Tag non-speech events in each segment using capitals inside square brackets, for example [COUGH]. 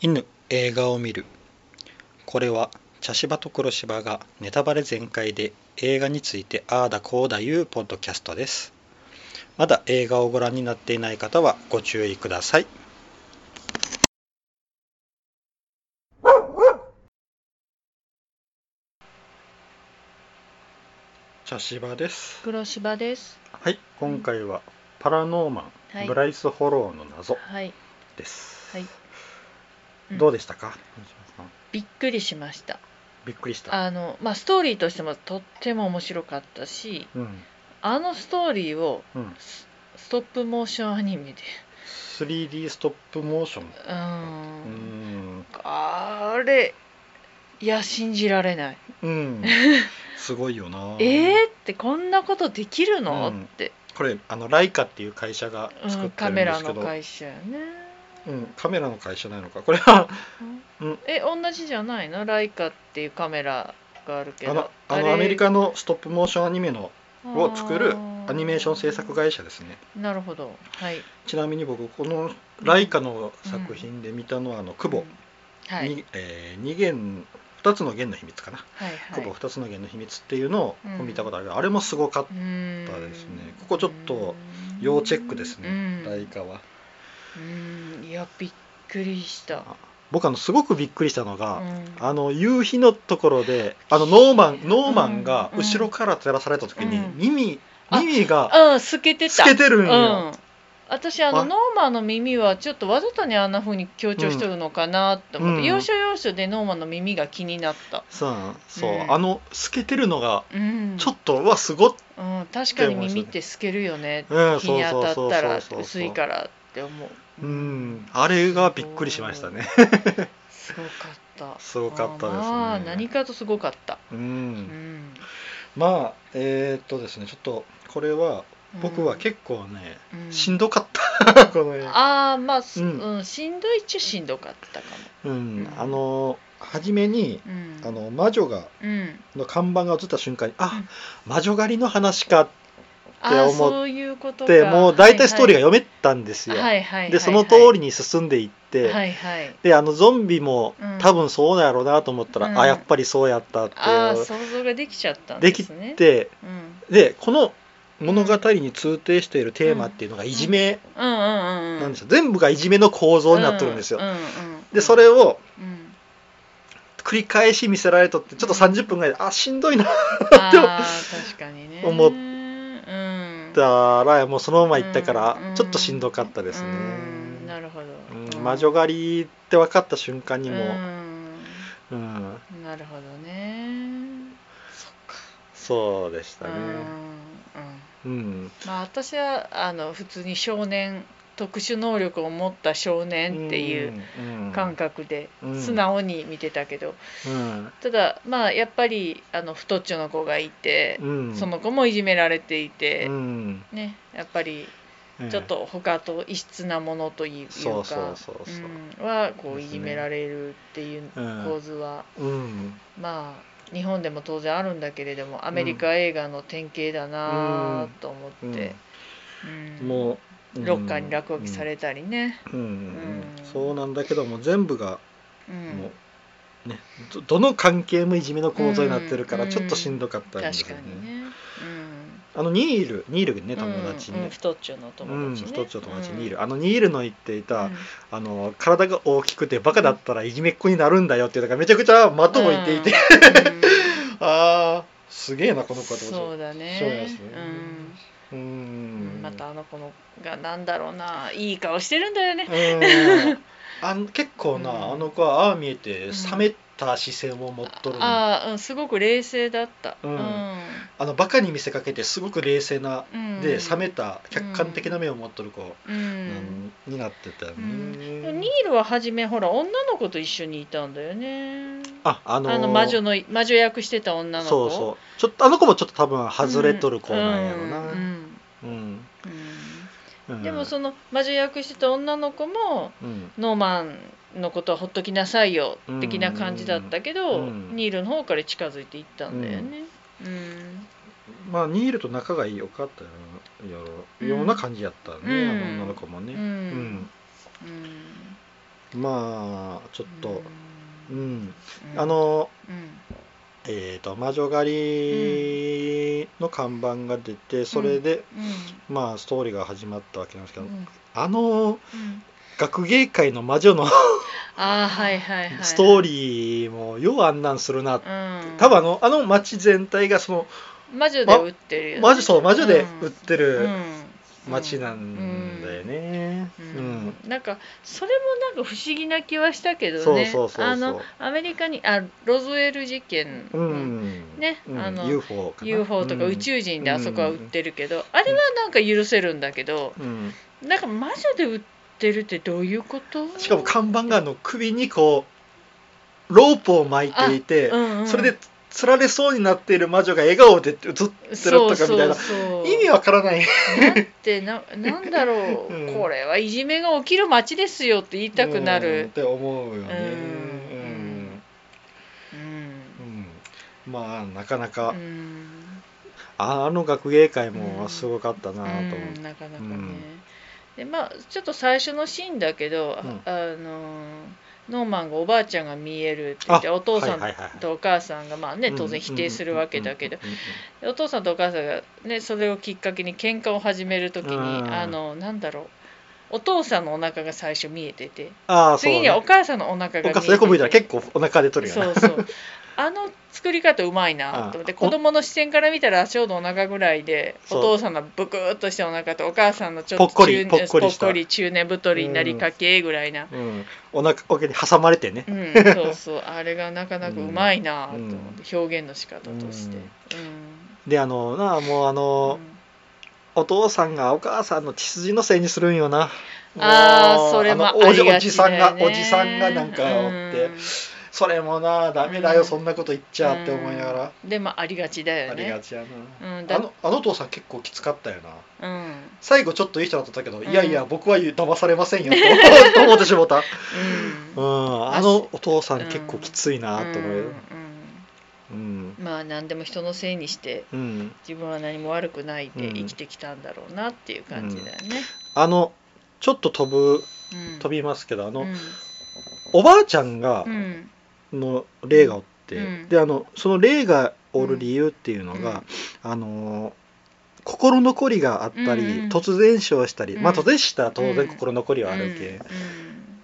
犬映画を見るこれは茶芝と黒芝がネタバレ全開で映画についてああだこうだいうポッドキャストですまだ映画をご覧になっていない方はご注意ください茶芝です黒芝です。はい今回はパラノーマン、はいブライス・ホローの謎はい。です、はいうんどうでしたか藤島さんびっくりしました。びっくりしたあの、まあ、ストーリーとしてもとっても面白かったし、うんあのストーリーをうん、スストップモーションアニメで、 3D ストップモーションうー、うんん、あれ、いや、信じられない。 [LAUGHS] うん、すごいよなえーってこんなことできるの、うんって、これあのライカっていう会社がう作っん、てカるんメでラすけのど、会社ね。うん、カメラの会社なのかこれはうんえ、同じじゃないのライカっていうカメラがあるけあど。のあれのアメリカのストップモーションアニメのを作るアニメーション制作会社ですねなるほど。はい。ちなみに僕このライカの作品で見たのはあのう久んはい。保、にえー、2元2つの弦の秘密かなはい「は久い保。2つの弦の秘密」っていうのを見たことあるがあれもすごかったうーんったですねここちょっと要チェックですねうんライカはうんいやびっくりした。僕あのすごくびっくりしたのが、うんあの夕日のところであのノーマンノーマンがうん後ろから照らされた時に、うん耳あ耳があ、透けて透た。けてるんうよん。私あのあノーマンの耳はちょっとわざとにあんな風に強調しとるのかなと思って、うん要所要所でノーマンの耳が気になった。そうなんそう、うんあの透けてるのがうん。ちょっと、うわすごっ、うん確かに耳って透けるよね。うん、日そうに当そたうったそらうそう薄いからって思う。うんあれがびっくりしましたねすごかった。すごかったですねまあ何かとすごかった。ううんん。まあえー、っとですねちょっとこれは僕は構結構ね、うんしんどかった [LAUGHS] この映画ああまあ、すううんんしんどいっちゃしんどかったかうんん、あの初めにも、うん、あの魔女がうんの看板が映った瞬間にうあん魔女狩りの話かっあって思っーてそういうことてかもう大体ストーリーがが読めたんですよ。はいはいはいはいはい、でその通りりに進んでいって、はいはいであのゾンビもうん多分そうだろうなと思ったら、うんあやっぱりそうやったってああいう想像ができちゃったんでできすねてうん、でこの物語に通底しているテーマっていうのがいじめうんうんうんうんなんですよよ、全部がいじめの構造になってるんですよ。うんうんうん、でそれを、をうん、繰り返し見せられとってちょっと30分ぐらいであしんどいな [LAUGHS] って思っあー確かにね思っうんたらもうそのまま行ったからうんちょっとしんどかったですね。うんなるほど、うん魔女狩りって分かった瞬間ににもうう、ん、うん、なるほどねそっかそうでしたねうんうんうんまあ私はあの普通に少年特殊能力を持った少年っていううん感覚でうん素直に見てたけど、うんただまあやっぱりあの太っちょの子がいて、うんその子もいじめられていて、うんねやっぱりちょっえと他と異質なものといえうそうそうかそうそううんはこういじめられるっていううん構図は、うんまあ日本でも当然あるんだけれどもアメリカ映画の典型だなと思って、うんもううんロッカーに落書きされたりね、うんうんうんそうなんだけども全部がうんもうねどどの関係もいじめの構造になってるからうんちょっとしんどかったんです確かよにねね、あのニールニールうねん、友達うんうんね太っちょの友達ね、うん、太っちょ友達ニールル、あのニールの言っていた、あの体が大きくてバカだったらいじめっ子になるんだよっていうのがめちゃくちゃ的を置いていて、 [LAUGHS] ああすげえなこの子ってそうだねそうですねううんん、またあの子のがなんだろうないい顔してるんだよねうんあ [LAUGHS] の結構な、うんあの子はああ見えて冷めた視線を持っとるのあああ、うん、すごく冷静だったううんん、のバカに見せかけてすごく冷静な、うん、で冷めた客観的な目を持っとる子、ううんん、になってたよね、うん、ニールは初めほら女の子と一緒にいたんだよねああのーあの魔女の魔女役してた女の子そうそうちょっとあの子もちょっと多分外れとる子なんやろな、うんうんうんううんんでもその魔女役してた女の子もうんノーマンのことはほっときなさいよ的な感じだったけど、うんニールの方から近づいていったんだよね。うんまあニールと仲が良かったよような感じやったね、うんあの女の子もうね、んうんうんまあちょっとう、うんんあ、のうんえっ、と魔女狩りの看板が出てそれで、うんまあストーリーが始まったわけなんですけうど、んあのうん、学芸会の魔女のああはいはいはいストーリリーもようあんなんするなってー、うん、多分あのあの街全体がその魔女で売ってるよ、ね、魔女そう魔女で売ってうるん街なんだよね。ううんん、なんかそれもなんか不思議な気はしたけどねそうそうそうそうあのアメリカにあロズウェル事件うのんねうんあの UFO かな UFO とか宇、宙人であそこは売ってるけど、あれはなんか許せるんだけどうんなんか魔女で売ってるってどういうことうんしかも看板があの首にこうロープを巻いていて、うんうんそれでつられそうになっている魔女が笑顔で映ってるとかみたいなそうそうそう意味わからない。だってななんだろう、うんこれはいじめが起きる街ですよって言いたくなうんっる、て思うよね。うんんううんうんまあなかなか、うんああの学芸会もすごかったなと思って。うん、なかなかね、うんでまあちょっと最初のシーンだけど、うんああのノーマンがおばあちゃんが見えるって言ってあお父さはんいはいはいとお母さんがまあね当然否定するわけだけど、お父さんとお母さんがねそれをきっかけに喧嘩を始める時に、うんあのなんだろうお父さんのお腹が最初見えててああそう次にはお母さんのお腹が見おえ母てさん横向いたらて結構お腹出とるよなそうそうあの作り方うまいなと思ってあ子供の視線から見たらちょうどお腹ぐらいでそおう父さんのブクーっとしたお腹とお母さんのちょっとぽっこり中ぽっこりしたぽっこり中年太りになりかけぐらいな、うん、お腹おけに挟まれてねう、ん、そうそうあれがなかなかうまいなと思って表現の仕方として。であのなあもうあうんの、お父さんがお母さんの血筋のせいにするんよなあもあうそれもああのおじりがおじちさんだよがねおじさんがなんかおって、うんそれもなあダメだよ、うんそんなこと言っちゃって思いながら、うんでもありがちだよありがねちやな、うんだあのあのお父さん結構きつかったよなうん最後ちょっといい人だったけど、んいやいや僕は言う騙されませんよとと思ってしもうた、うんうん、あのお父さん結構きついなと思うよ、うんうんまあ何でも人のせいにしてうん、自分は何も悪くないでうん生きてきたんだろうなっていう感じだよね。あのちょっと飛ぶうん飛びますけどあの、うんおばあちゃんがうんの霊がおって、うんであのその霊がおる理由っていうのが、あのー心残りがあったり、うんうん突然死をしたり、まあうん突然死したら当う然ん心残りはあるけ、うんだ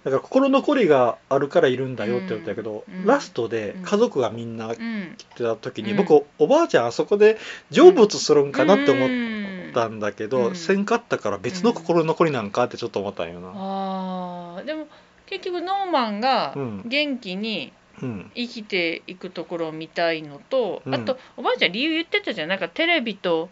から心残りがあるからいるんだよって言ったけど、うんラストでうん家族がみんな来うんうんてた時に、うん僕おばあちゃんあそこで成仏するんかなって思っったんだけど、うんせんかったから別の心残りなんかってちょっと思ったんよな。あーでも結局ノーマンがうん元気にうん生きていくところを見たいのと、うんあとおばあちゃん理由言ってたじゃんなんかテレビと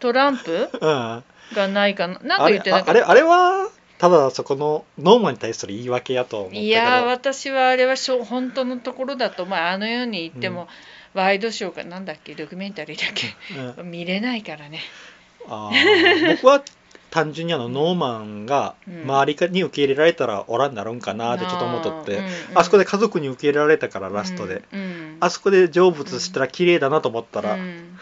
トランプうんがないかなあなんかれ言ってなあかあっれたあれはただそこのノーマンに対する言い訳やと思ったけどいやー私はあれはしょ本当のところだと、まあ、あの世に行っても、ワイドショーかなんだっけドキュメンタリーだっけ [LAUGHS] うん見れないからねあー [LAUGHS] 僕は単純にあのノーマンがうん周りに受け入れられたらおらんなるんかなってちょっと思っとって、うんうんあそこで家族に受け入れられたからラストで、うんうんあそこで成仏したら綺麗だなと思ったら、うん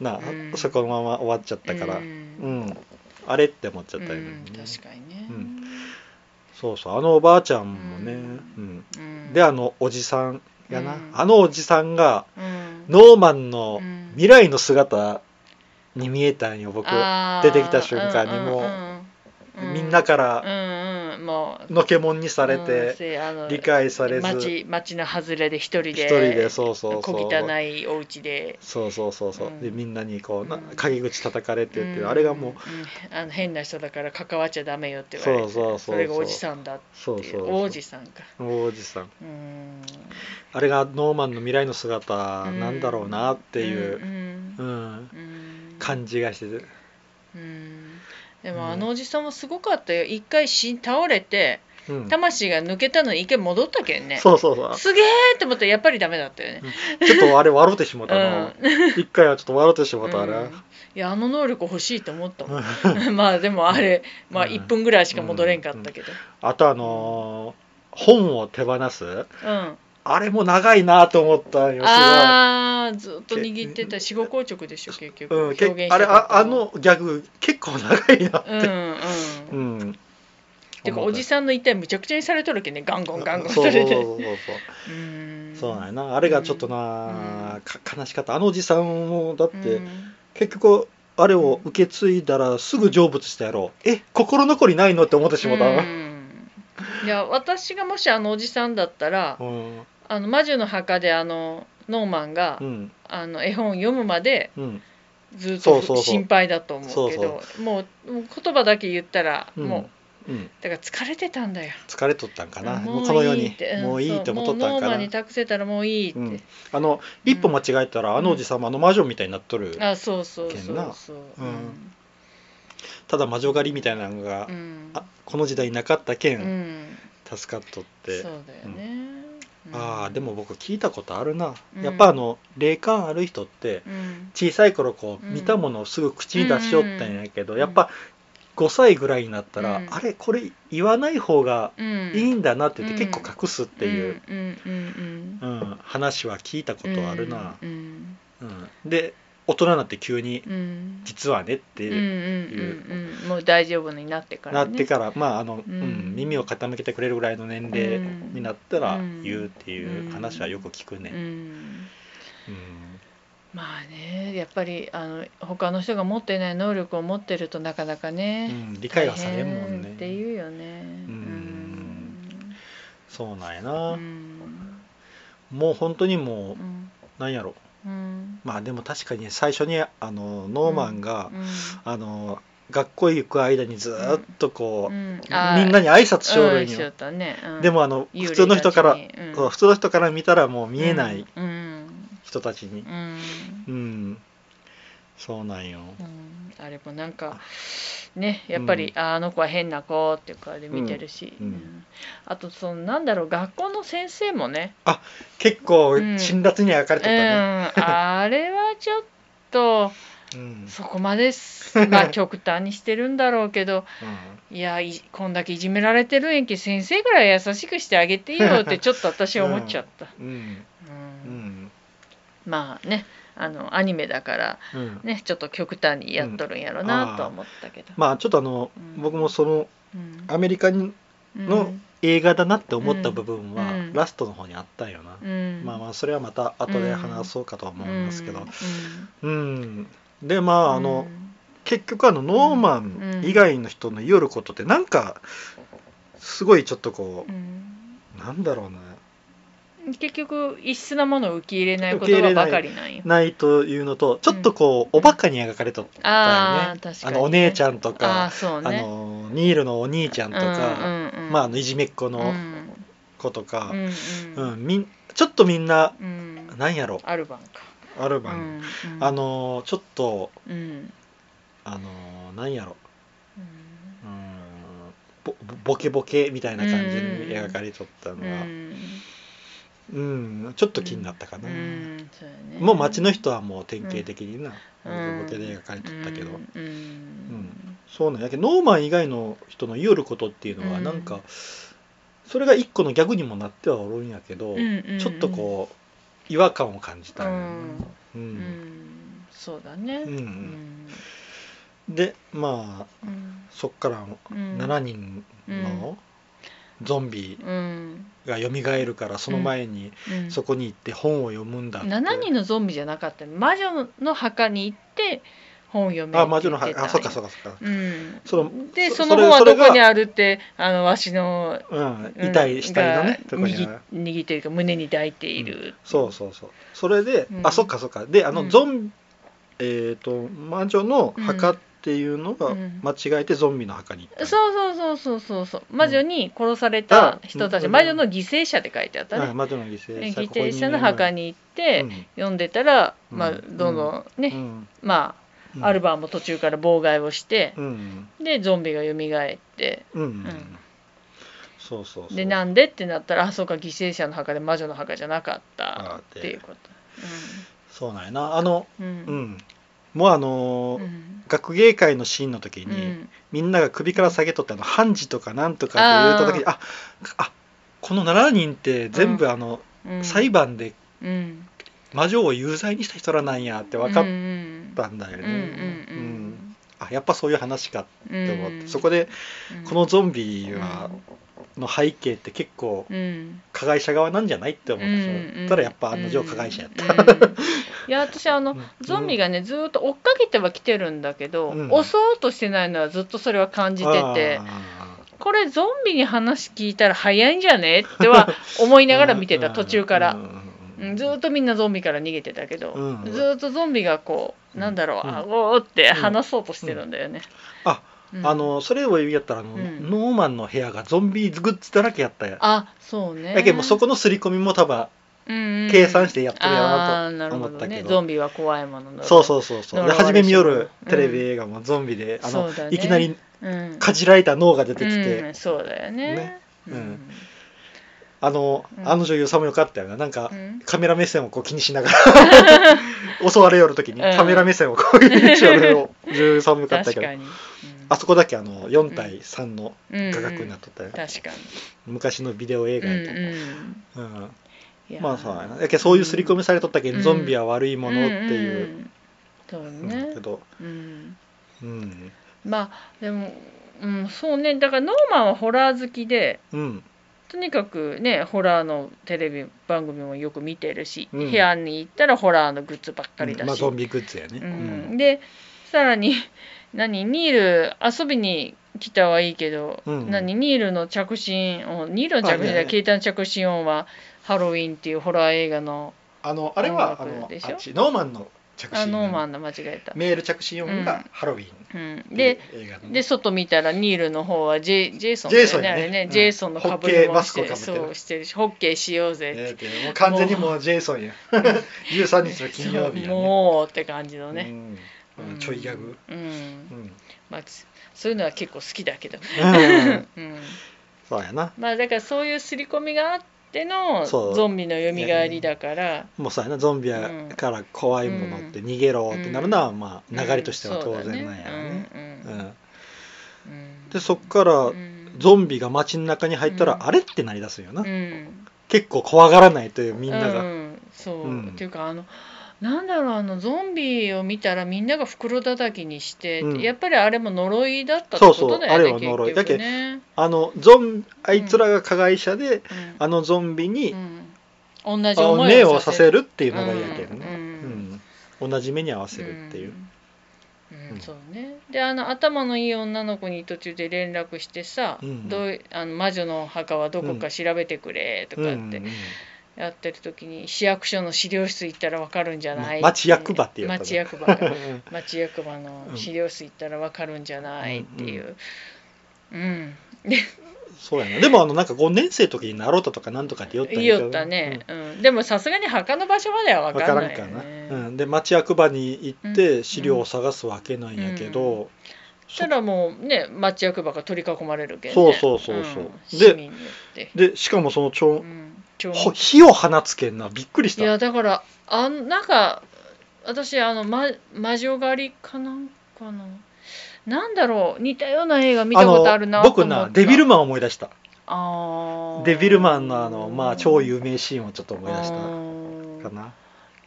なあ、うんそこのまま終わっちゃったから、ううんんあれって思っちゃったよね、うん確かにね、うそうそうあのおばあちゃんもね、うんうん、であのおじさんやな、うんあのおじさんがうんノーマンのうん未来の姿に見えたんよ僕あー出てきた瞬間にもううんうんうんみんなかうらんうんもうのけもんにされうんてせあの理解されず一町町の外れで一人で人でそうそうそ小う汚いお家でそうそうそうそううんでみんなにこうなうん陰口叩かれてっていううんあれがもううんあの変な人だから関わっちゃダメよって言われてそうそうそうそうれがおじさんだってそいううそう王子さんかおじさんうんあれがノーマンの未来の姿なんだろうなっていうう、んうんうん感じがしててうんでもうんあのおじさんもすごかったよ一回死ん倒れてうん魂が抜けたのに一回戻ったけんねそうそうそうすげえって思ったらやっぱりダメだったよね。ちょっとあれ笑うてしもう、たなん [LAUGHS] 一回はちょっと笑うてしもたあれうんいやあの能力欲しいと思った [LAUGHS] もんまあでもあれ、まあ、1分ぐらいしか戻れんかったけど、あとあのー本を手放すうんあれも長いなと思ったんよすああずっと握ってた死後硬直でしょ結局、ごい。うん、け表現しあれたかっあたあのギャグ結構長いな。うんうん、うん。ていうかおじささんの遺体むちゃくちゃにされとるけんねガンゴンガンゴンそさうそれうそうてそううんそうなんやなあれがちょっとうなんか悲しかったあのおじさんもだっうてん結局あれを受け継いだらすぐ成仏したやろえ心残りないのって思ってしまったうな、んいや私がもしあのおじさんだったらうんあの魔女の墓であのノーマンが、うんあの絵本を読むまでうんずっそとうそうそう心配だと思うけどそもうもう言葉だけ言ったら、うんもうんうだから疲れてたんだよ。疲れとったんかなもうこものう世いいにってもういいって思っとうっんそうたもんうノかーマなンに託せたらもういいって、うんあの一歩間違えたらあのおじさんもあの魔女みたいになっとるあそうそうそけんなうそう、ううんんただ魔女狩りみたいなのがうんあこの時代なかったけうんん、助かっとっそうてだよね、うんああで、も僕聞いたことあるなうんやっぱあの霊感ある人ってうん小さい頃こううん見たものをすぐ口に出しよったんやけどうんやっぱ5歳ぐらいになったうらんあれこれ言わない方がうん、いいんだなって言ってうん結構隠すっていう、うんうんうんうん話は聞いたこうん、とあるな、うんうんで大人になって急にうん「実はね」ってうんうんうんうんもう大丈夫になってから、なっね、てから、まああの、ううんん耳を傾けてくれるぐらいの年齢うんになったらうん言うっていう話はよく聞くうね。んうんまあねやっぱりあの他の人が持っていない能力を持ってるとなかなかね、うん理解はされんもん大変ね。っていうよねうんそうなんやうんな、うんもう本当にもううんなんやろうんまあでも確かにね最初にあのノーマンが、うんあの学校へ行く間にずーっとこう、うんみんなに挨拶しようるんんしよよっ。たねうんでもあの幽霊普通の人からたち、にうんそう普通の人から見たらもう見えないうんうん人たちにう、んうん、そうなんよ。うんあれもなんかねやっぱり、ああの子は変な子っていうかあれ見てるし、うんうんあとそのなんだろう学校の先生もね結構うん辛辣に焼かれうんてたね。あれはちょっとうんうんそこまです、まあ、極端にしてるんだろうけどいやいこんだけいじめられてるんやけ先生ぐらい優しくしてあげていいよ [LAUGHS] ってちょっと私は思っちゃった、うんうんうんまあねあのアニメだからうんねちょっと極端にやっとるんやろうんあなーとは思ったけど、まあちょっとあの、うん僕もそのうんアメリカのの映画だなって思った部分は、うんラストの方にあったんよな、うんまあまあそれはまた後で話そうかとは思いますけどううん、でまああの、結局あのノーマン以外の人の言おることってなんかすごいちょっとこんうんうなんだろうなうん結局異質なものを受け入れないことがばかりなんよ。ないというのとちょっとこう、うんおバカに描かれとったよねああ確かあに、のお姉ちゃんゃんととあかあそうあ,、ね。のニールのお兄ちゃんとか、うんうんうん、まああのいじめっ子うのん子とかう、んううんんみんちょっとみんなうんなんやろアルバンか。アルうバン、んうんあ、のちょっとうんうんあのなんやろうんぼぼボケボケみたいな感じに描かれとったのうが、んうんちょっと気になったかな、うんそうやねもう街の人はもう典型的にな、うんボケボケで描かれとったけど、うんうんそうなんやけどノーマン以外の人の言おることっていうのはうんなんか、それが一個のギャグにもなってはおるんやけど、うんうんうんちょっとこう違和感を感じたんやなううんんそうだね。うんうんでまあうんそっからうん7人のゾンビうんが蘇るからその前にうんそこに行って本を読むんだって、 7人のゾンビじゃなかった魔女の墓に行って本を読めあ魔女のって言墓あってそったかんそっかそよっかうんそのでそそのれ本はそれどがこにあるってあのわしの、う、うんん痛い死体のねとがこにある握握ってるか胸に抱いている、そうそうそうそれで、うんあそっかそっかであうのんゾン、えっ、と魔女の墓っていうのがうん間違えてゾンビの墓に行った、そうそうそうそうそうそう魔女に殺された人たち、うん魔女の犠牲者って書いてあったうねん、魔女の犠牲者犠牲者の墓にに行っね、て、読んでたら、うんまあどんどんね、うんうんまあ、うんアルバンも途中から妨害をして、うんでゾンビが蘇ってうん、うんんそうそうそうでなんでってなったらあそうか犠牲者の墓で魔女の墓じゃなかったあっでていうこと。そうなんやなあのううんんもうあのー学芸会のシーンの時うんうに、んみんなが首から下げとってあのハンジとかなんとかって言うた時にああこの7人って全部あの、うん裁判でうん魔女を有罪にした人らなんやって分かったんだようんね。うんうんうんあやっぱそういう話かって思って、うんそこでうんこのゾンビはの背景って結構うん加害者側なんじゃないって思ってしまうんうんったらやっぱ案の定加害者やった、うんうんいや私あのうんゾンビがねずーっと追っかけては来てるんだけど、うん襲おうとしてないのはずっとそれは感じててあこれゾンビに話聞いたら早いんじゃねっては思いーながら見てたうん途中からうん、うんずーっとみんなゾンビから逃げてたけど、うんずーっとゾンビがこうなんだろう、うんあおーって話そうとしてるんだよね、うんあうんあのそれを言うやったらあの、うんノーマンの部屋がゾンビグッズだらけやったやあそうねだけどもうそこの刷り込みも多分計計算してやってるやろななるほ思どったけねどゾンビは怖いものと、だそうそうそうそう呪でわれ初め見よるそうテレビ映画もゾンビで、あのそうだねいきなりうんかじられた脳が出てきて、うん、そうだよねねうんうんあのうんあの女優さんもよかったよななんか、うんカメラ目線をこう気にしなが [LAUGHS] ら襲われよる時にうんカメラ目線をこう気にしよる女優さんもよかった確けどかに、うんあそこだけあの4対3の画角になっとったよ、うんうん確かに昔のビデオ映画やと、うんうんうんまあそうやなだけどそういう刷り込みされとったけん、うんゾンビは悪いものっていう。んんそううんねけ、ど、うん、うん、まあでも、うん、そうねだからノーマンはホラー好きでうん、とにかくねホラーのテレビ番組もよく見てるし、うん部屋に行ったらホラーのグッズばっかりだし、まあゾンビグッズやね。うん、でさらに [LAUGHS] 何ニール遊びに来たはいいけど、うん何ニールの着信音ニールの着信あ音ね携帯の着信音はハロウィンっていうホラー映画のあのあれはあ音の楽でしょあっちノーマンの着あ信ノーマ音、ンだ間違えた、メール着信音がハロウィンっうん、ていうで映画のねで外見たらニールの方はジェイジェイソンジェイソンだやよねねあれね、うんジェイソンのかぶりホッケーマもスしクを被てってるそうしてるしホッケーしようぜっえてーでもう完全にもうジェイソンや。 [LAUGHS] 十三日の金曜日やそうね。もうって感じのね、うんうんちょいギャグ。うん、うん、まあ、そういうのは結構好きだけど、 [LAUGHS] うんそうやな。まあだからそういう刷り込みがあってのそうゾンビの蘇りだから、もうそうやなゾンビやから怖いものって逃げろってなるのはまあ流れとしては当然なんやろね。うんうそうだねん、うんうんでそっからうんゾンビが街の中に入ったら、うんあれってなりだすんよな、うん結構怖がらないというみんなうが、んそう、うんっていうかあのなんだろうあのゾンビを見たらみんなが袋叩きにして、うんやっぱりあれも呪いだったってことだそうそうあよねれは呪い結局ねあのゾンあいつらが加害者で、うんあのゾンビに、うん同じあの思目いをさせるるっていうのが嫌やけどね、うんうん同じ目に合わせるっていう、うんうんそうねであの頭のいい女の子に途中で連絡してさ「うんどういあの魔女の墓はどこか調べてくれ」とうかんうっんてやってる時に市役所の資料室行ったらわかるんじゃないま町役場っていうこと町役場 [LAUGHS] かうん町役場の資料室行ったらわかるんじゃないっていううんそうやなでもあのなんか5年生の時になろうたとかなんとかって言ったん言いやけどよったね、うん、でもさすがに墓の場所まではわうんわかかんらなんいかよな、ねうん、で町役場に行って、うん資料を探すわけなんやけど、うそしたらもうね町役場が取り囲まれるけんねそうそうそうそうんで市民によってでしかもそのちょ、うん町ほ火を放つけんなびっくりしいたやだからあんなんか私あの、ま、魔女狩りかなんかななんだろう似たような映画見たことあるなのと思僕ったなデビルマンを思い出したあーデビルマンのあのまあ超有名シーンをちょっと思い出したあかーな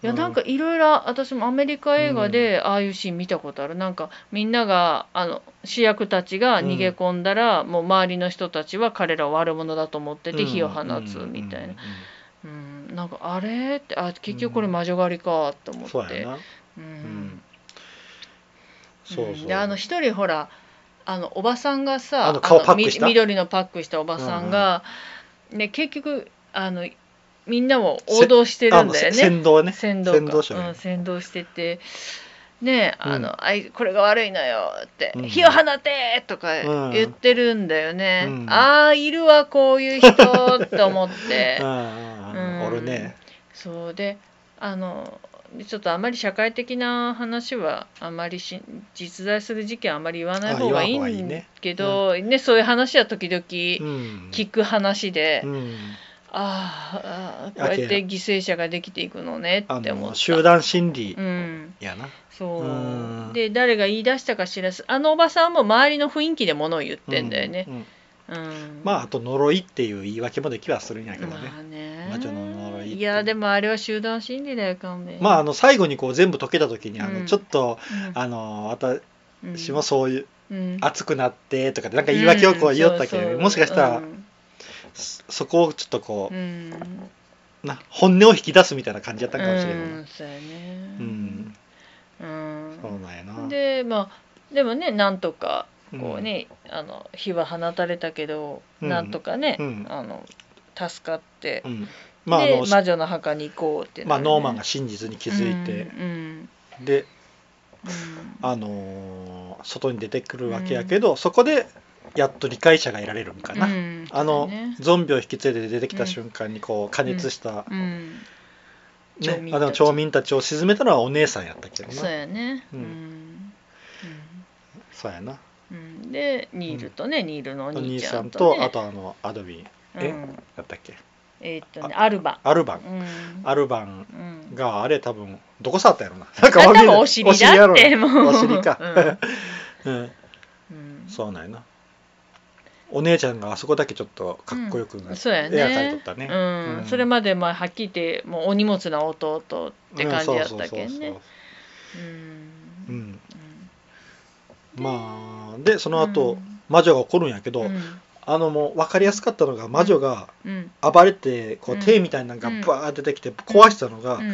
いやなんかいろいろ私もアメリカ映画でああいうシーン見たことある、なんかみんながあの主役たちが逃げ込んだら、もう周りの人たちは彼らを悪者だと思ってて火を放つみたいな、うんなんかあれってあ結局これ魔女狩りかとうん思そうっやて、なうんうんうそうんそうであの一人ほらあのおばさんがさあの顔パックみした緑のパックしたおばさんが、ね結局あのみんなを応道してるんだあのよせね先導ね先導先導者か、ねうん、先導しててねあうの、んあいこれが悪いのよって、うん火を放てとかうん言ってるんだよね、うんああいるわこういう人と [LAUGHS] 思ってうんうんうんうん俺ねそうであのちょっとあまり社会的な話はあまりし実在する事件あまり言わないあ方がい言わん方いがいいんねけどねそういう話は時々う聞んく話で、うんやあーあーこうけやって犠牲者ができていくのねあって思っのた。集団心理うんやなそううんで誰が言い出したか知らずあのおばさんも周りの雰囲気で物を言ってんだよねう、んうんうんまああと呪いっていう言い訳もできはするんやけどねまあね魔女の呪いっていういやでもあれは集団心理だよ勘弁まああの最後にこう全部解けた時にあうのんちょっとうんあのまたうん私もそういううん熱くなってとかでなんか言い訳をこう言おったけど、うんもしかしたら、うんそそこをちょっとこうう、んな本音を引き出すみたいな感じやったんかもしれない、うんそうやねうんうんそうなんやなでまあでもねなんとかうんこうね、あの火は放たれたけど、うんなんとかね、うんあの助かって、うんまああでの、魔女の墓に行こうってなまあ、るねノーマンが真実に気づいて、うんでうんうんあのー外に出てくるわけやけど、そこでやっと理解者が得られるんかな、うんあの、そうねゾンビを引き連れて出てきた瞬間にこう加熱した、うんね町民たちあの町民たちを沈めたのはお姉さんやったけどなそうやねううんん、そうやなうんうんでニールとね、ニールのおお兄兄ちゃさんんと、と、ね、あとあのアドビンえうん、だったっけえーっとねアルバアルバンうんアルバンうんがあれ多分どこさったやろななんかあわけな多い分お尻だやっろてもうお尻か、 [LAUGHS] うんうんうんそうなんやなお姉ちゃんがあそこだけちょっとかっこよくなって、そうやね絵描いとったねうんうんそれまでまあはっきり言ってもうお荷物な弟って感じやったけんうんねそうそうそううんそううんうまあでその後、うん魔女が怒るんやけど、んあのもう分かりやすかったのが魔女がうん暴れてこううん手みたいなのがバーって出てきて壊したのが、うん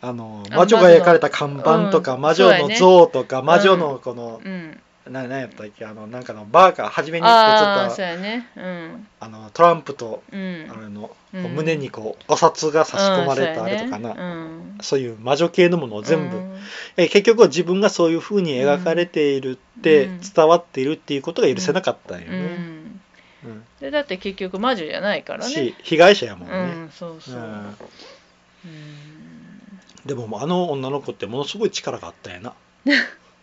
あのあ魔女が描かれた看板とか、うん魔女そうやのね像とか、魔女のこの、うんななんやったっけあのなんかのバーカー初めに映っああそたうやねうんあのトランプとうんあれの、こううん胸にこうお札が差し込まれたあれとかな、そういう魔女系のものを全部、え結局は自分がそういう風に描かれているって、うん伝わっているっていうことが許せなかったんようん、うね。んうんでだって結局魔女じゃないからねし被害者やもんね。うんそうそうううんんでももうあの女の子ってものすごい力があったんやな、 [LAUGHS]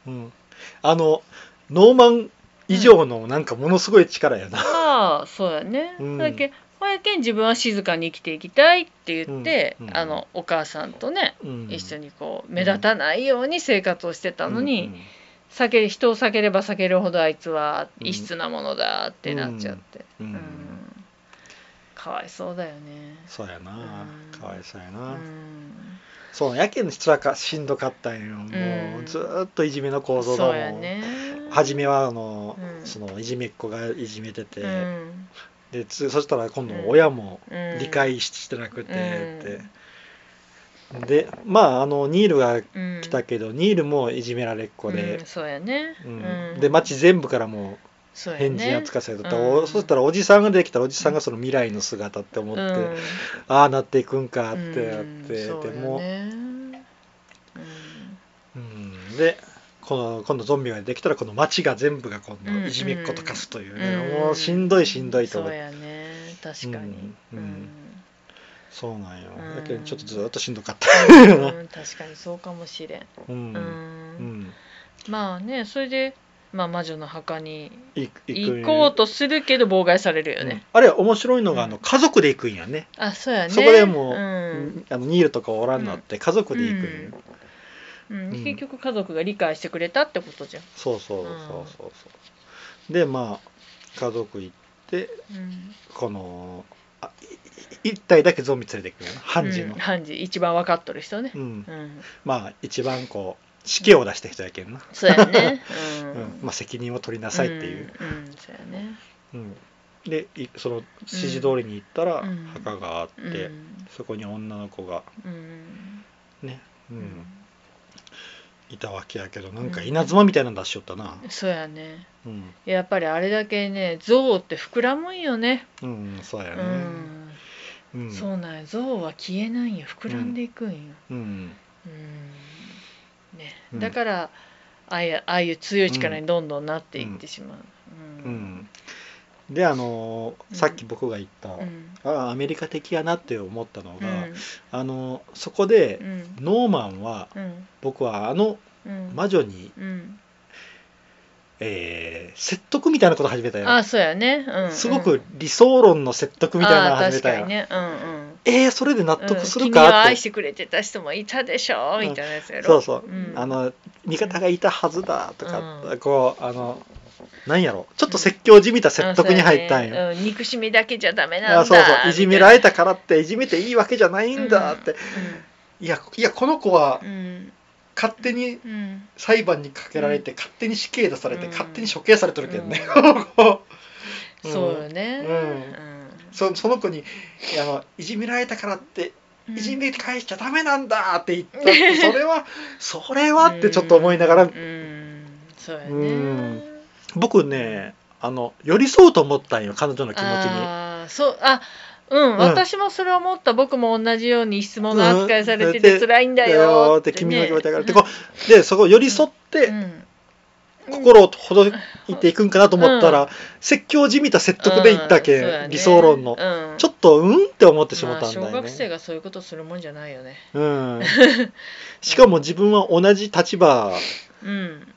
うん、あのノーマン以上のなんかものすごい力やな、まあそうやね、うんだけほやけん自分は静かに生きていきたいって言って、うんうんあのお母さんとねうん、一緒にこう目立たないように生活をしてたのに、うんうん避け人を避ければ避けるほどあいつはうん異質なものだってなっちゃって、うんうんかわいそうだよね。そうやな、うんかわいそうやうな、んそうやけんつらかしんどかったんよ、もうずーっといじめの構造だもそんうやね。初めはあの、うんそのいじめっ子がいじめてて、うんでつそしたら今度親もうん理解してなくてって、でまああのニールがうん来たけど、ニールもいじめられっ子でうん、そうやね。うんうんで町全部からもそううや変ね人扱されとった、うんおそしたらおじさんができたらおじさんがその未来の姿って思って、うんああなっていくんかってやって、うんでもそうよ、ねうんうん、でこの今度ゾンビができたらこの町が全部が今うん度いじめっ子と化すというね、うんもうしんどいしんどいと思っそうてやね確かにうんそうなんよ、うんだけどちょっとずっとしんどかっうた [LAUGHS] んよなうん確かにそうかもしれん、ううんんうんまあねそれで、まあ、魔女の墓にい行く行こうとするけど妨害されるようんね、あれ面白いのがあのうん家族で行くんやね、あそうやねそこでもう、うんあのニールとかおらんなって家族で行くんよ、うんうんうん結局家族が理解してくれたってことじゃん、そうそうそうそうそうでまあ家族行ってうん、このあいい一体だけゾンビ連れて行くんやなハンジの、うん判事一番分かっとる人ねう、んうん、まあ一番こう死刑を出した人やけんな、そうや [LAUGHS] ね、ううんんまあ、責任を取りなさいっていう、うん、うんそうやねうんでいその指示通りに行ったらうん墓があって、うんそこに女の子がうんね、ううんんいたわけやけどなんか稲妻みたいなの出しよったな、そうやねうんやっぱりあれだけね象って膨らむんよねうん、そうやうね、ん、うんそうなんや象は消えないんよ膨らんでいくんよ、うんうんねうんだからああいうああいう強い力にどんどんなっていってしまうううんん、であのーうんさっき僕が言った、うんあアメリカ的やなって思ったのうが、んあのーそこで、うんノーマンはうん僕はあのうん魔女に、うんえー説得みたいなこと始めたよ、あそうやねうんうんすごく理想論の説得みたいなのあー始め確たかよ、にねうんうんえー、それで納うん得する君をかっ愛て、してくれてた人もいたでしょみたいなやつやろそうそう、んあの味方がいたはずだとか、うんこうあのなんやろちょっと説教じみた説得に入ったんよ、あそうやねうん憎しみだけじゃダメなんだあそうそういじめられみたからっていじめていいわけじゃないんだって、たいないやいやこの子はうんうん勝手にうん裁判にかけられて、勝手に死刑出されて、うん勝手に処刑されてるけどね、 [LAUGHS] うんそうよねうんそその子にいやあのいじめられたからってうんいじめ返しちゃダメなんだって言った [LAUGHS] ってそれはそれはってちょっと思いながらうんそうやねうん僕ねあの寄り添うと思ったんよ彼女の気持ちに。あーそうあうん、ん私もそれは思った僕も同じように質問の扱いされてうてん辛いんだよって君のね気持ちだからってこうでそこ寄り添ってうん心をほどいていくんかなと思ったら、説教じみた説得で言ったけ、うんそうやね理想論の、うんちょっとうんって思ってしまったんだよまあ、ね、小学生がそういうことするもんじゃないよね [LAUGHS] うん、しかも自分は同じ立場うん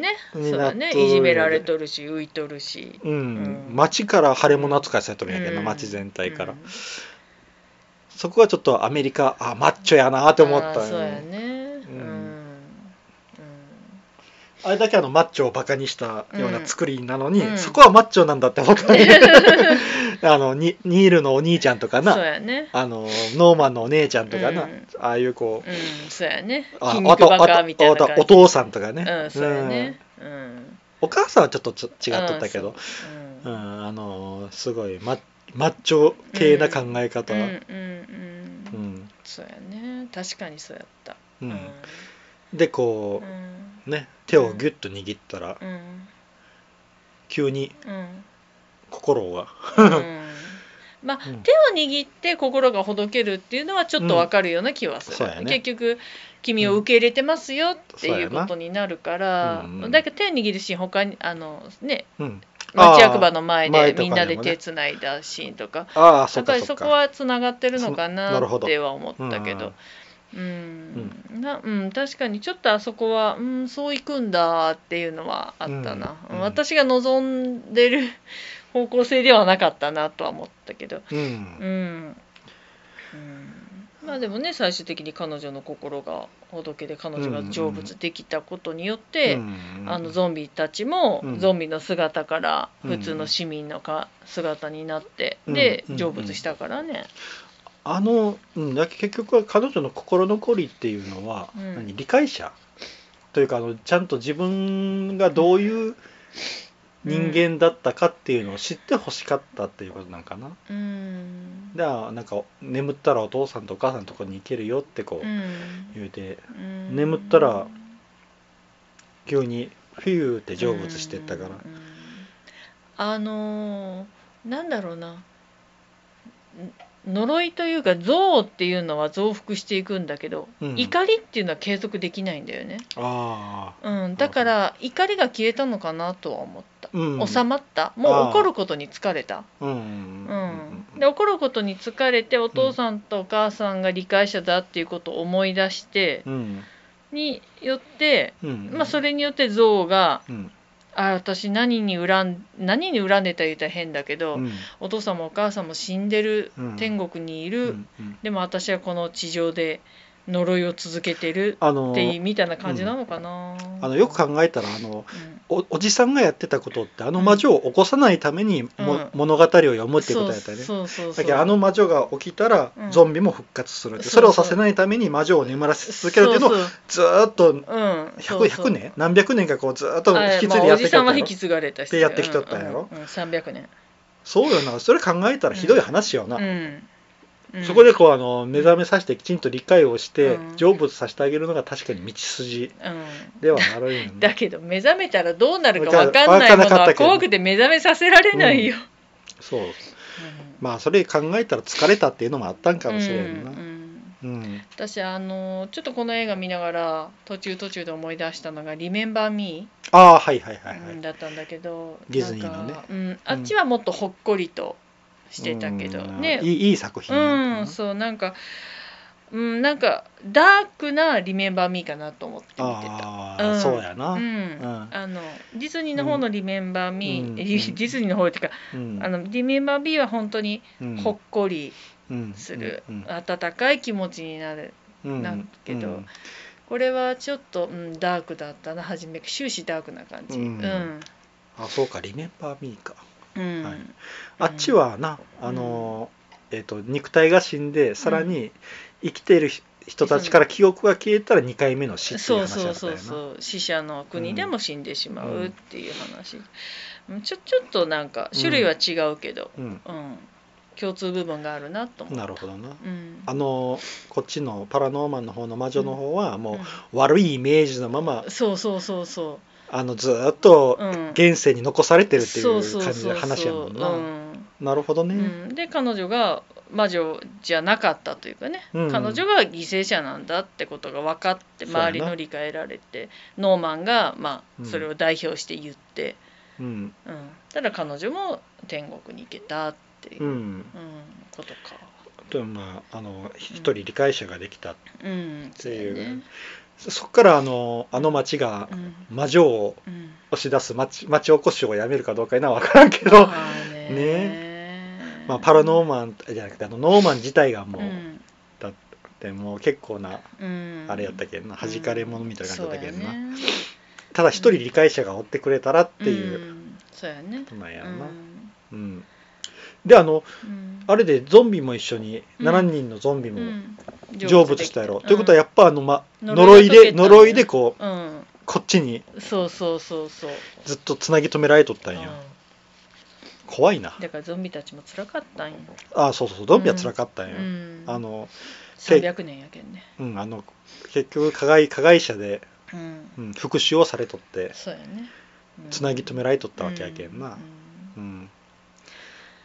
ねにそうなっとだるねいじめられとるし浮いとるしうん、うん町から腫れ物扱いされてるんやけどな、うん町全体から、うんそこはちょっとアメリカあマッチョやなって思ったあーよそうやねねううん、んうんあれだけあのマッチョをバカにしたような作りなのに、うんそこはマッチョなんだって思ったね [LAUGHS] あのニニールのお兄ちゃんとかなそうやねあのノーマンのお姉ちゃんとかな、うんああいうこう、うんそうやねあ筋肉バカみたいなあとあと感お父さんとかね、じうんそうやねうんうんお母さんはちょっとちょ違っとったけど、ううんんあのーすごいママッチョ系な考え方、ううんうんうんそうやね確かにそうやったううんんでこうう、んね手をギュッと握ったらうん急にうん心が、うんまあ、うん手を握って心がほどけるっていうのはちょっとわかるような気はすうんそうる、やね結局君を受け入れてますよってうんそういやうなことになるから、うんうんだけど手を握るシーン他にあのねうん、あー町役場の前前でとかみにんもねなで手つないだシーンとかああそっやっぱかりそそっこかはつながってるのかそななるほどっては思ったけど。うんなうん、確かにちょっとあそこは、うん、そういくんだっていうのはあったな、うんうん私が望んでる [LAUGHS] 方向性ではなかったなとは思ったけど、うん、うんうん、まあでもね最終的に彼女の心がほどけで彼女が成仏できたことによって、うんあのゾンビたちも、うんゾンビの姿からうん普通の市民のか姿になって、うんでうん成仏したからね。あの、うん、だけ結局は彼女の心残りっていうのは、うん何理解者というかあのちゃんと自分がどういう人間だったかっていうのを知ってほしかったっていうことなんかな。うんであなんか眠ったらお父さんとお母さんのとこに行けるよってこううん言うてうん眠ったら急にフィューって成仏してったからうんあのーなんだろうなん呪いというか憎悪っていうのは増幅していくんだけど、うん怒りっていうのは継続できないんだよね、あうん、だから怒りが消えたのかなとは思った、あうん収まったもあーう怒ることに疲れた、うんううんん、で怒ることに疲れてお父さんとお母さんが理解者だっていうことを思い出してうんによって、うんまあ、それによって憎悪がうんあ私何に恨ん何に恨んでた言うたら変だけど、うんお父さんもお母さんも死んでる、うん天国にいうる、んうんでも私はこの地上で呪いを続けてるあのっていうみたいな感じなのかな、あのよく考えたらあのうんおおじさんがやってたことってあの魔女を起こさないためにも、うん物語を読むっていうことやったよね。そうそうそだうけどあの魔女が起きたらうんゾンビも復活するって、そうそれをさそうせないために魔女を眠らせ続けるっていうのをそうそうずーっとうんそう100そう100年何百年かこうずーっとあ引き継いまあでやおってじきたさんんやはろ引き継がれたしでやってきとったんやろうんうんうん、300年、そうよなそれ考えたらひどい話よな、うんうん、そこでこうあの目覚めさせてきちんと理解をしてうん成仏させてあげるのが確かに道筋うんではなるよね [LAUGHS] だけど目覚めたらどうなるか分かんなわかいもんなのかったはけど怖くて目覚めさせられないよ。そうまあそれ考えたら疲れたっていうのもあったんかもしれんなうんうんうん私あのちょっとこの映画見ながら途中途中で思い出したのが「リメンバー・ミああはいはいはいはー」いだったんだけどディズニーのねなんかうん、あっちはもっとほっこりとしてたけどうんねいいいい作品うやんったなそうなんかうんなんかダークな「リメンバー・ミー」かなと思って見てた。あうあんそうやなうんんあのディズニーの方の「リメンバー・ミーう」んディズニーの方っていうかうんあのリメンバー B は本当にうんほっこりうんする、うん温かい気持ちになるうんなんけどうんこれはちょっと、うん、ダークだったな初め終始ダークな感じううんん、あそうかリメンバーミーかうんはいあっちはな、あのーえっと肉体が死んでさらに生きているひ人たちから記憶が消えたら2回目の死っていうそう話だっそうたよそうなそう死者の国でも死んでしまうっていう話、うんちょちょっとなんか種類は違うけど、うんうん共通部分があるなと思う、なるほどなうん、あのこっちのパラノーマンの方の魔女の方はもうんう悪いイメージのままそうそうそうそあのずーっとう、うん、現世に残されてるっていそううそう感じそうの話やもんうな。んなるほどうね。ん、で彼女が魔女じゃなかったというかね、うん彼女が犠牲者なんだってことが分かってそうやな周りの理解得られてノーマンが、まうあ、んそれを代表して言って、うん、うんただ彼女も天国に行けたっていう、ううんん、ことか。でもまああの一人理解者ができた。うん、っていうそそっからあのあの町がうん魔女をうん、押し出す町町おこしをやめるかどうかいうのは分からんけど、まあねまあパラノーーマンじゃなくてあのノーマン自体がもう、うんでもう結構なうん、あれやったけんな、弾かれ者みたいな感じだったけんな、そうやねただ一人理解者が追ってくれたらっていう、んそうやねことなんやうろな。んうん、であのうんあれでゾンビも一緒にうん7人のゾンビうもん成仏したやろ、ということはやっぱあの、ま、呪呪いいでが解けたんや呪いでこううん、こっちにそうそうそうそう、ずっとつなぎ止められとったうんんよ、怖いなだからゾンビたちも辛かったんよ、あそうそうそうゾンビは辛かったんうよ、ん、あのせ300年やけんね、うんあの結局加害加害者で、うん、うん、復讐をされとってそうやね、うんつなぎ止められとったわけやけんな、うん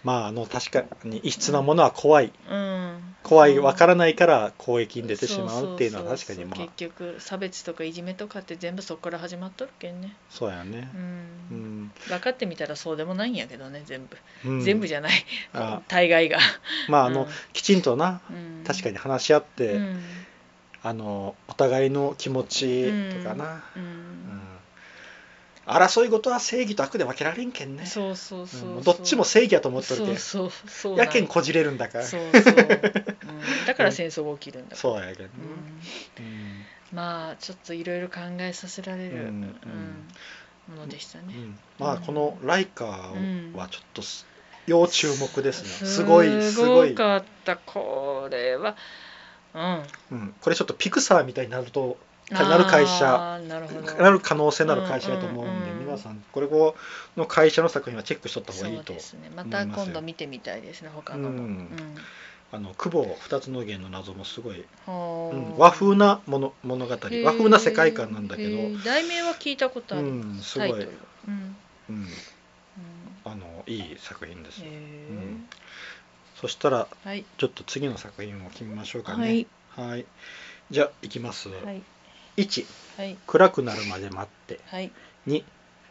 まああの確かに異質なものは怖いうんうん怖いわからんないから攻撃に出てしまうっていうのは確かにまあそうそうそう結局差別とかいじめとかって全部そこから始まっとるけんね、そうやねう、うんん分かってみたらそうでもないんやけどね全部、うん、全部じゃないあ [LAUGHS] 大概 [LAUGHS] が、まああの、きちんとなうん、確かにに話し合って、うんあのお互いの気持ちとかな、ううんん争い事は正義と悪で分けられんけんねそうそうそうそう、うんどっちも正義やと思っとるけんそうそうそうやけんこじれるんだからそそうそう、うん、だから戦争が起きるんだからうやけんね、うんうんまあちょっといろいろ考えさせられる、ううんんものでしたうね、んまあこのライカーはちょっとす要注目ですね、すすごいすごいごかったこれはうんうん、これちょっとピクサーみたいになるとなる会社あーなるほどなる可能性のある会社だと思うんで、うんうんうん皆さんこれこの会社の作品はチェックしとった方そがいいうとですねまた今度見てみたいですね他のも、ううんんあの久保二つの弦の謎もすごい、ほうーん、和風なもの物語和へー風な世界観なんだけへど、ー題名は聞いたことあうる、ん、すごタイいト、ルうんうん、うんあのいい作品です、へうーんそしたらはいちょっと次の作品を決めましょうかねはいはいじゃあいきます、はい1はい暗くなるまで待ってはい2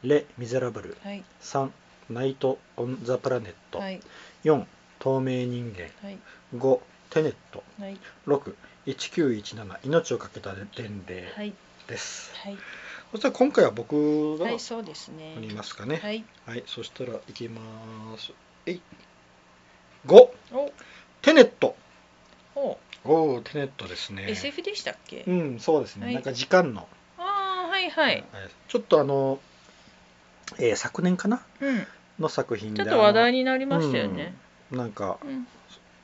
レ・ミゼラブルはい3ナイト・オン・ザ・プラネット、はい4透明人間はい5テネットはい61917命をかけた伝令はいです、はいそしたら今回は僕がはいそうですね取りますかねはい、はいそしたらいきますえい5おテネットおおおテネットですね SF でしたっけうんそうですね、はいなんか時間の、ああはいはいちょっとあの、えー昨年かなうんの作品ちでょっと話題にになりましたよねなんか、うん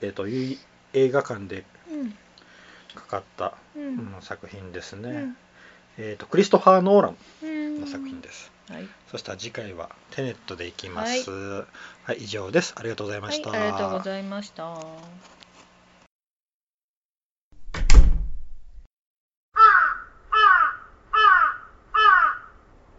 えー、とゆい映画館でうんかかった、ううんん作品ですうね、んえー、とクリストファー・ノーランうんの作品です、はいそしたら次回はテネットでいきますはい、以上ですありがとうございまはいした、ありがとうございました